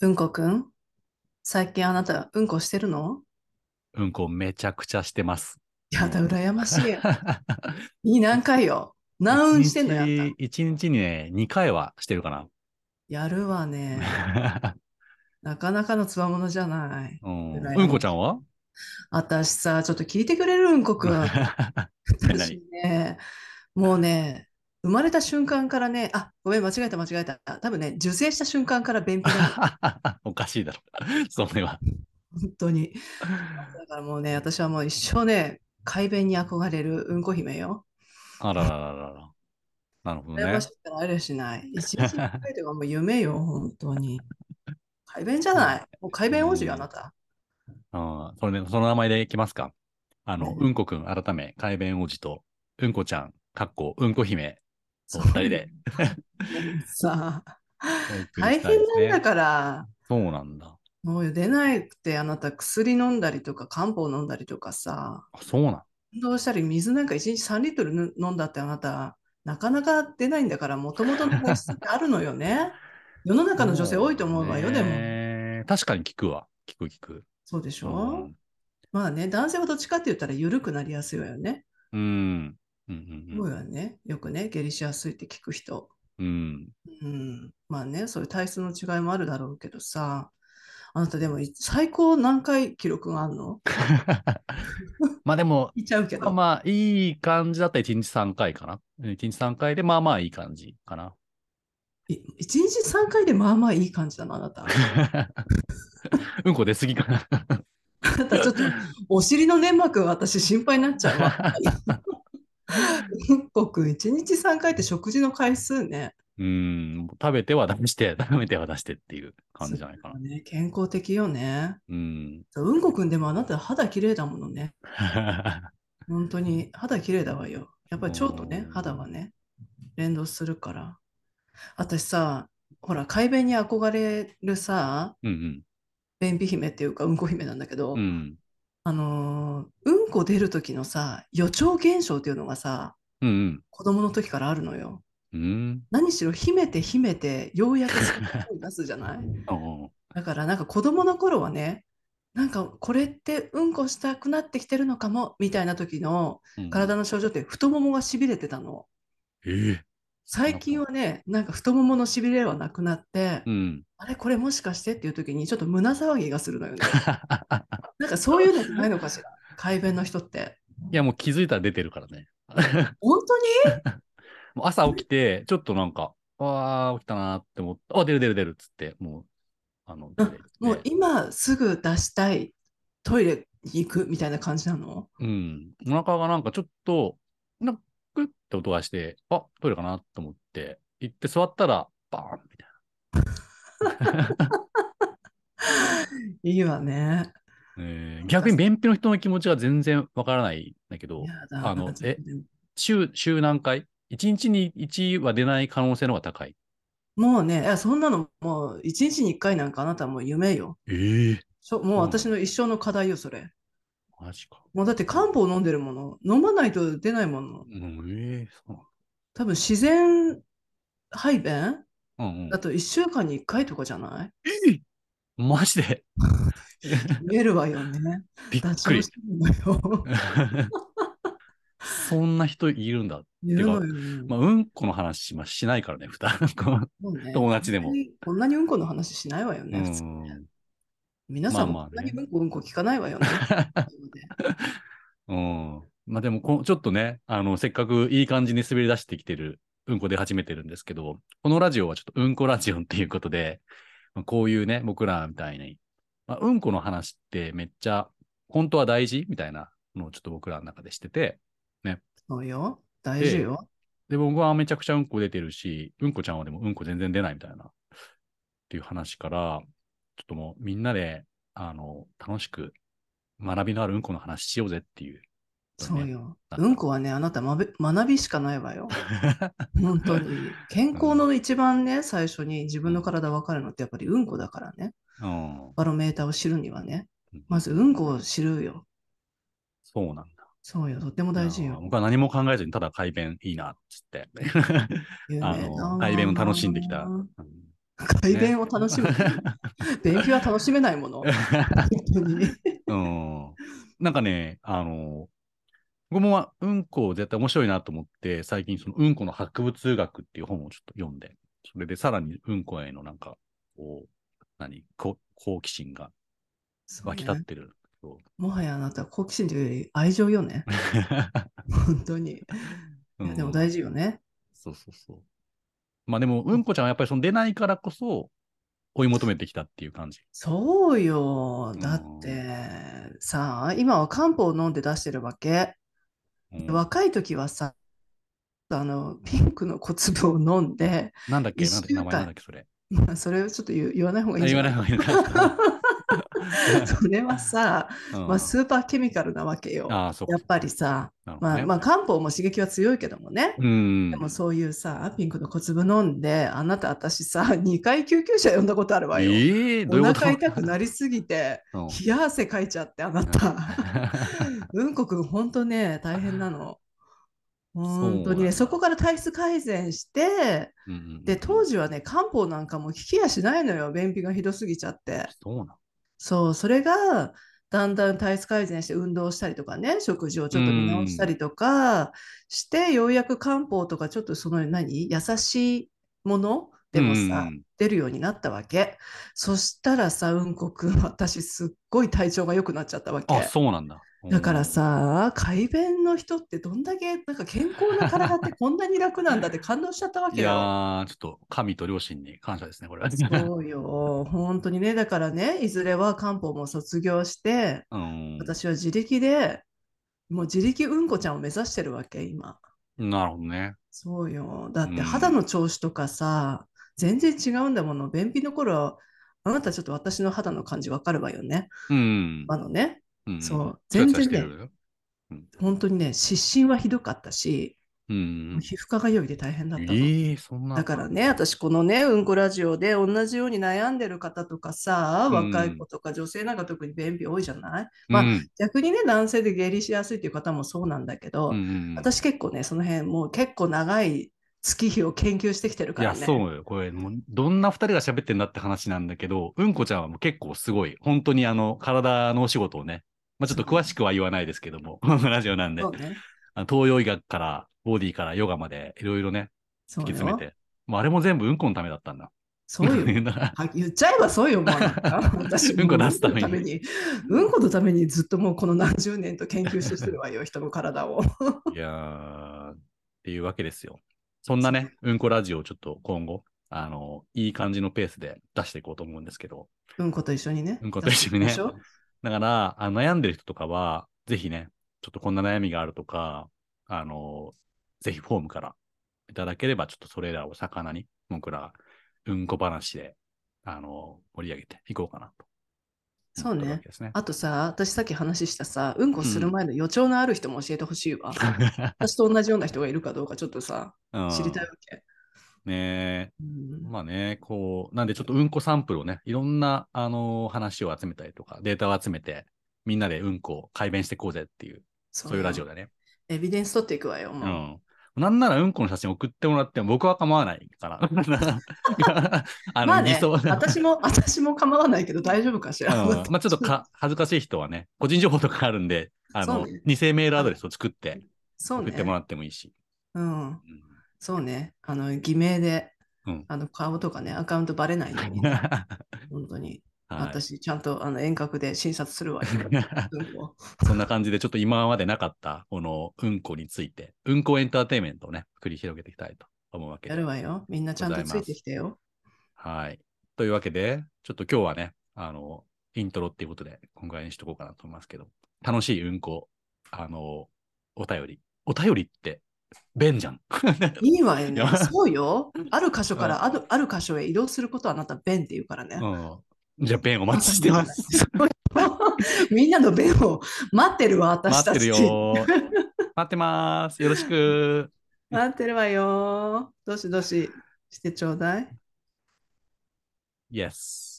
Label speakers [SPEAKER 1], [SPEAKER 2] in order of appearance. [SPEAKER 1] うんこくん、最近あなた、うんこしてるの
[SPEAKER 2] うんこめちゃくちゃしてます。
[SPEAKER 1] やだ、羨ましい。いい何回 よ。何運してんのやった。
[SPEAKER 2] 一日一日にね、2回はしてる かな。
[SPEAKER 1] やるわね。なかなかのつわものじゃない。
[SPEAKER 2] うん、
[SPEAKER 1] 羨ましい
[SPEAKER 2] うんこちゃんは
[SPEAKER 1] 私さ、ちょっと聞いてくれるうんこくん。
[SPEAKER 2] 何
[SPEAKER 1] 私ね、もうね、生まれた瞬間からね、あ、ごめん、間違えた、間違えた。多分ね、受精した瞬間から便秘な の
[SPEAKER 2] おかしいだろ。それは。
[SPEAKER 1] 本当に。だからもうね、私はもう一生ね、快便に憧れるうんこ姫よ。
[SPEAKER 2] あららららら。なるほど
[SPEAKER 1] 羨
[SPEAKER 2] ね
[SPEAKER 1] ま。しいからあれしない。一日一回とかもう夢 よ、本当に。改弁じゃない。もう改弁王子よ、あなた。
[SPEAKER 2] うん、それね、その名前でいきますか。あの、
[SPEAKER 1] ね
[SPEAKER 2] うんこくん、改め、改弁王子と、うんこちゃん、かっこ、うんこ姫、お二人で。
[SPEAKER 1] さあ、
[SPEAKER 2] お送り
[SPEAKER 1] 大
[SPEAKER 2] したい
[SPEAKER 1] 変
[SPEAKER 2] です
[SPEAKER 1] なんだ
[SPEAKER 2] ね。
[SPEAKER 1] から、
[SPEAKER 2] そうなんだ。
[SPEAKER 1] もう出なくて、あなた薬飲んだりとか、漢方飲んだりとかさ、
[SPEAKER 2] あそうなん
[SPEAKER 1] 運動したり、水なんか1日3リットルぬ飲んだってあなた、なかなか出ないんだから、もともとの体質ってあるのよ ね。世の中の女性多いと思うわよ、でも。
[SPEAKER 2] も。確かに聞くわ。聞く聞く。
[SPEAKER 1] そうでし
[SPEAKER 2] う
[SPEAKER 1] ょ
[SPEAKER 2] ん
[SPEAKER 1] まあね、男性はどっちかって言ったら緩くなりやすいわよね。
[SPEAKER 2] うん。うんうん
[SPEAKER 1] そううんよね。よくね、下痢しやすいって聞く人。
[SPEAKER 2] うん。
[SPEAKER 1] うん。まあね、そういう体質の違いもあるだろうけどさ。あなたでもい最高何回記録があるの
[SPEAKER 2] まあでも、
[SPEAKER 1] 言っちゃうけど。
[SPEAKER 2] まあいい感じだったら1日3回かな。1日3回でまあまあいい感じかな。
[SPEAKER 1] い一日3回でまあまあいい感じだな、あなた。あ
[SPEAKER 2] うんこ出すぎかな。
[SPEAKER 1] なたちょっとお尻の粘膜が私心配になっちゃうわ。ごくん、一日3回って食事の回数ね。
[SPEAKER 2] うん。食べては出して、食べては出してっていう感じじゃないかな。
[SPEAKER 1] ね健康的よね。
[SPEAKER 2] うん。
[SPEAKER 1] そううんこくんでもあなた肌綺麗だものね。本当に肌綺麗だわよ。やっぱり腸とね
[SPEAKER 2] う、ん
[SPEAKER 1] 肌はね、連動するから。私さ、ほら、海辺に憧れるさ、
[SPEAKER 2] うん
[SPEAKER 1] 便秘姫っていうか、うんこ姫なんだけど、
[SPEAKER 2] うん。うん。
[SPEAKER 1] あのーうんこ出る時のさ、予兆現象っていうのがさ、
[SPEAKER 2] うん
[SPEAKER 1] 子供の時からあるのよ。
[SPEAKER 2] うん。うん。
[SPEAKER 1] 何しろ秘めて秘めて、ようやくその声出すじゃ ない
[SPEAKER 2] おー
[SPEAKER 1] だからなんか子供の頃はね、なんかこれってうんこしたくなってきてるのかもみたいな時の
[SPEAKER 2] うん
[SPEAKER 1] 体の症状って太ももがしびれてたの。
[SPEAKER 2] えー
[SPEAKER 1] 最近はね、なんか太もものしびれはなくなって、
[SPEAKER 2] うん。
[SPEAKER 1] あれこれもしかしてっていう時にちょっと胸騒ぎがする のよね。なんかそういうのってないのかしら、改便の人っ て。
[SPEAKER 2] いやもう気づいたら出てるからね。
[SPEAKER 1] 本当に
[SPEAKER 2] もう朝起きて、ちょっとなんか、ああ、起きたなーって思って、あ、出る出る出るっつって、もう、あの、出て行って
[SPEAKER 1] もう今すぐ出したい、トイレに行くみたいな感じなの
[SPEAKER 2] うん。お腹がなんかちょっと、なんか、クッって音がして、あ、トイレかなと思って、行って座ったら、バーンみたい
[SPEAKER 1] いいわね。
[SPEAKER 2] な。えー逆に便秘の人の気持ちが全然わからないんだけど
[SPEAKER 1] や、だ
[SPEAKER 2] あの
[SPEAKER 1] なんか
[SPEAKER 2] え
[SPEAKER 1] 自分で
[SPEAKER 2] 週、週何回 ?1 日に1は出ない可能性の方が高い。
[SPEAKER 1] もうね、いやそんなのもう一日に一回なんかあなたもう夢よ。
[SPEAKER 2] ええ
[SPEAKER 1] しょもう私の一生の課題よ、それ。
[SPEAKER 2] マジか。
[SPEAKER 1] もうだって漢方飲んでるもの、飲まないと出ないもの。
[SPEAKER 2] うん、ええそう
[SPEAKER 1] 多分自然排便
[SPEAKER 2] なんうんうん
[SPEAKER 1] だ。と1週間に1回とかじゃない
[SPEAKER 2] マジで
[SPEAKER 1] 見えるわよ ね。
[SPEAKER 2] びっ
[SPEAKER 1] 出
[SPEAKER 2] くり
[SPEAKER 1] し。してるのよ。
[SPEAKER 2] そんな人いるんだ。
[SPEAKER 1] 言うのよ。
[SPEAKER 2] まあ、うんこの話しましないからね、普段。 こ
[SPEAKER 1] そうね
[SPEAKER 2] う友達でも。
[SPEAKER 1] こんなにうんこの話しないわよ
[SPEAKER 2] う
[SPEAKER 1] ね。普通
[SPEAKER 2] ん。
[SPEAKER 1] 皆さんも
[SPEAKER 2] まあま
[SPEAKER 1] こ
[SPEAKER 2] あ
[SPEAKER 1] んなにう
[SPEAKER 2] ね
[SPEAKER 1] んこうんこ聞かないわ よね。
[SPEAKER 2] うん。まあでもこの、ちょっとね、あの、せっかくいい感じに滑り出してきてる、うんこ出始めてるんですけど、このラジオはちょっとうんこラジオっていうことで、まあ、こういうね、僕らみたいに、まあ、うんこの話ってめっちゃ、本当は大事みたいなのをちょっと僕らの中でしてて、
[SPEAKER 1] そうよ。大事よ。
[SPEAKER 2] で、僕はめちゃくちゃうんこ出てるし、うんこちゃんはでもうんこ全然出ないみたいな、っていう話から、ちょっともうみんなで、あの、楽しく学びのあるうんこの話しようぜっていう。
[SPEAKER 1] そうよ。
[SPEAKER 2] だから
[SPEAKER 1] うんこはね、あなたまべ学びしかないわよ。本当 に。健康の一番ね、最初に自分の体分かるのってやっぱり うんこだからね。
[SPEAKER 2] うん。
[SPEAKER 1] バロメーターを知るにはね
[SPEAKER 2] うん。
[SPEAKER 1] まずうんこを知るよ。
[SPEAKER 2] そうなんだ。
[SPEAKER 1] そうよ。とっても大事
[SPEAKER 2] いや
[SPEAKER 1] よ。
[SPEAKER 2] 僕は何も考えずに、ただ改便いいな、っつって。
[SPEAKER 1] 有名な
[SPEAKER 2] あの改便を楽しんできた
[SPEAKER 1] うん 改善を楽し む。便秘は楽しめないもの。本当に。
[SPEAKER 2] うん。なんかね、あの、僕もはうんこ絶対面白いなと思って、最近そのうんこの博物学っていう本をちょっと読んで、それでさらにうんこへのなんか、こう、何、こ好奇心が
[SPEAKER 1] そう
[SPEAKER 2] 湧き立っ
[SPEAKER 1] ね
[SPEAKER 2] てる。そう
[SPEAKER 1] もはやあなたは好奇心というより愛情よね。本当に。いやでも
[SPEAKER 2] うん
[SPEAKER 1] 大事よね。
[SPEAKER 2] そうそうそう。まあでも、うんこちゃんはやっぱりその出ないからこそ、追い求めてきたっていう感じ。
[SPEAKER 1] そうよ
[SPEAKER 2] う。ん
[SPEAKER 1] だってさあ、今は漢方を飲んで出してるわけ。
[SPEAKER 2] うん
[SPEAKER 1] 若い時はさ、あの、ピンクの小粒を飲んで、
[SPEAKER 2] なんだっけ
[SPEAKER 1] 一
[SPEAKER 2] な
[SPEAKER 1] 週間
[SPEAKER 2] んだっけ名前なんだっけそれ。
[SPEAKER 1] まあ、それをちょっと言う言わない方が
[SPEAKER 2] あ
[SPEAKER 1] いいんじ
[SPEAKER 2] 言
[SPEAKER 1] ゃ
[SPEAKER 2] わ
[SPEAKER 1] な
[SPEAKER 2] ない
[SPEAKER 1] い
[SPEAKER 2] 方がいいのか。
[SPEAKER 1] それはさ、
[SPEAKER 2] うん
[SPEAKER 1] まあ、スーパーケミカルなわけよ。
[SPEAKER 2] ああ、そっか
[SPEAKER 1] やっぱりさ、
[SPEAKER 2] なるほど
[SPEAKER 1] ま
[SPEAKER 2] ね
[SPEAKER 1] あ、まあ、漢方も刺激は強いけどもね。
[SPEAKER 2] うん。
[SPEAKER 1] でもそういうさ、ピンクの小粒飲んで、あなた、私さ、2回 救急車呼んだことあるわよ。
[SPEAKER 2] ええどう
[SPEAKER 1] お
[SPEAKER 2] いうこと
[SPEAKER 1] 腹痛くなりすぎて、
[SPEAKER 2] うん
[SPEAKER 1] 冷や汗かいちゃって、あなた。 うんこくん、ほんとね、大変なの。本当にね、そう
[SPEAKER 2] そなんだ
[SPEAKER 1] こから体質改善して、
[SPEAKER 2] うんうんうん
[SPEAKER 1] で、当時はね、漢方なんかも効きやしないのよ、便秘がひどすぎちゃって。
[SPEAKER 2] そうなん
[SPEAKER 1] そう、それがだんだん体質改善して運動したりとかね、食事をちょっと見直したりとかして、ようやく漢方とかちょっとその何、優しいものでも
[SPEAKER 2] う
[SPEAKER 1] さ、
[SPEAKER 2] ん
[SPEAKER 1] 出るようになったわけ。そしたらさ、うんこくん、私すっごい体調が良くなっちゃったわけ。
[SPEAKER 2] あ、そうなんだ。
[SPEAKER 1] だからさ、快便の人ってどんだけなんか健康な体ってこんなに楽なんだって感動しちゃったわ
[SPEAKER 2] うん。
[SPEAKER 1] け
[SPEAKER 2] いや
[SPEAKER 1] よ。
[SPEAKER 2] ー、ちょっと神と両親に感謝ですね、これは。
[SPEAKER 1] そうよ、本当にね、だからね、いずれは漢方も卒業して、
[SPEAKER 2] うん、
[SPEAKER 1] 私は自力で、もう自力うんこちゃんを目指してるわけ、今。
[SPEAKER 2] なるほどね。
[SPEAKER 1] そうよ。だっ
[SPEAKER 2] うん
[SPEAKER 1] て肌の調子とかさ、全然違うんだもの。便秘の頃、あなたちょっと私の肌の感じわかるわよね。
[SPEAKER 2] うん。
[SPEAKER 1] あのね、
[SPEAKER 2] うん
[SPEAKER 1] そう、
[SPEAKER 2] ツヤ
[SPEAKER 1] 全
[SPEAKER 2] ツヤ
[SPEAKER 1] 然
[SPEAKER 2] して
[SPEAKER 1] ね、
[SPEAKER 2] るよ
[SPEAKER 1] 本当にね、湿疹はひどかったし、
[SPEAKER 2] うん。
[SPEAKER 1] 皮膚科が良いで大変だったの。
[SPEAKER 2] ええそんな。
[SPEAKER 1] だからね、私このね、うんこラジオで同じように悩んでる方とかさ、
[SPEAKER 2] うん
[SPEAKER 1] 若い子とか女性なんか特に便秘多いじゃない、
[SPEAKER 2] うん、
[SPEAKER 1] まあ
[SPEAKER 2] うん
[SPEAKER 1] 逆にね、男性で下痢しやすいっていう方もそうなんだけど、
[SPEAKER 2] うん、
[SPEAKER 1] 私結構ね、その辺もう結構長い月日を研究してきてる
[SPEAKER 2] い
[SPEAKER 1] から
[SPEAKER 2] や、
[SPEAKER 1] ね。
[SPEAKER 2] そうよ。これ、もうどんな二人が喋ってんだって話なんだけど、うんこちゃんはもう結構すごい、本当にあの、体のお仕事をね、まあちょっと詳しくは言わないですけども、こ のラジオなんで
[SPEAKER 1] そ、うね。
[SPEAKER 2] あの東洋医学から、ボディからヨガまで、いろいろね、
[SPEAKER 1] そ
[SPEAKER 2] 突
[SPEAKER 1] う
[SPEAKER 2] き詰め
[SPEAKER 1] よ。
[SPEAKER 2] て。もうあれも全部うんこのためだったんだ。
[SPEAKER 1] そう よ。
[SPEAKER 2] だ
[SPEAKER 1] は言っちゃえばそうよ、もうあなた 私
[SPEAKER 2] うんこ出すために
[SPEAKER 1] うんこのうんこのためにずっともうこの何十年と研究してきてるわよ、人の体を。
[SPEAKER 2] いやー、っていうわけですよ。そんなね、うんこラジオをちょっと今後、あの、いい感じのペースで出していこうと思うんですけど、
[SPEAKER 1] うんこと一緒にね。
[SPEAKER 2] うんこと一緒にね
[SPEAKER 1] 出していきましょう
[SPEAKER 2] だから、あの悩んでる人とかは、ぜひね、ちょっとこんな悩みがあるとか、あの、ぜひフォームからいただければ、ちょっとそれらを魚に、僕ら、うんこ話で、あの、盛り上げていこうかなと。
[SPEAKER 1] そうね
[SPEAKER 2] 思ってるわけですね。
[SPEAKER 1] あとさ、私さっき話したさ、うんこする前の予兆のある人も教えてほしい わ。私と同じような人がいるかどうかちょっとさ、
[SPEAKER 2] うん
[SPEAKER 1] 知りたいわけ。
[SPEAKER 2] ねえ
[SPEAKER 1] うん
[SPEAKER 2] まあね、こう、なんでちょっとうんこサンプルをね、いろんな、あの話を集めたりとか、データを集めて、みんなでうんこを改弁していこうぜっていう、
[SPEAKER 1] そ
[SPEAKER 2] そういうラジオ
[SPEAKER 1] だ。
[SPEAKER 2] だね。
[SPEAKER 1] エビデンス取っていくわよ、
[SPEAKER 2] う
[SPEAKER 1] もう。
[SPEAKER 2] ん。なんならうんこの写真送ってもらっても僕は構わないから。 あ
[SPEAKER 1] まあ
[SPEAKER 2] の、
[SPEAKER 1] ね
[SPEAKER 2] 理、想な。
[SPEAKER 1] 私も、 私も構わないけど大丈夫かしら。
[SPEAKER 2] うんまあちょっとか恥ずかしい人はね、個人情報とかあるんで、あの、
[SPEAKER 1] そうね
[SPEAKER 2] 偽メールアドレスを作って、
[SPEAKER 1] そう
[SPEAKER 2] 送って
[SPEAKER 1] ね
[SPEAKER 2] も。らってもいいし。
[SPEAKER 1] うん、そうね。あの、偽名で、
[SPEAKER 2] うん
[SPEAKER 1] あの顔とかね、アカウントバレないように
[SPEAKER 2] うん
[SPEAKER 1] ね、
[SPEAKER 2] は
[SPEAKER 1] 本当に。
[SPEAKER 2] い
[SPEAKER 1] 私、ちゃんとあの遠隔で診察す るわよ。うんこ
[SPEAKER 2] そんな感じで、ちょっと今までなかった、このうんこについて、うんこエンターテインメントをね、繰り広げていきたいと思うわけ
[SPEAKER 1] や
[SPEAKER 2] で
[SPEAKER 1] る。わよ。みんなちゃんとついてきてよ。
[SPEAKER 2] はい。というわけで、ちょっと今日はね、あの、イントロっていうことで、今回にしとこうかなと思いますけど、楽しいうんこ、あの、お便り。お便りって、便じゃん。
[SPEAKER 1] いいわよ
[SPEAKER 2] い
[SPEAKER 1] ね
[SPEAKER 2] や。
[SPEAKER 1] そうよ。ある箇所か
[SPEAKER 2] う
[SPEAKER 1] らあるある箇所へ移動することはあなた、便って言うからね。
[SPEAKER 2] うん。じゃあ、便お待ちしてます。
[SPEAKER 1] そうよ みんなの便を待ってるわ、 私
[SPEAKER 2] 待
[SPEAKER 1] た
[SPEAKER 2] って
[SPEAKER 1] ち。
[SPEAKER 2] るよー。待ってます。よろしく。
[SPEAKER 1] 待ってるわよ。どしどししてちょうだい。
[SPEAKER 2] Yes.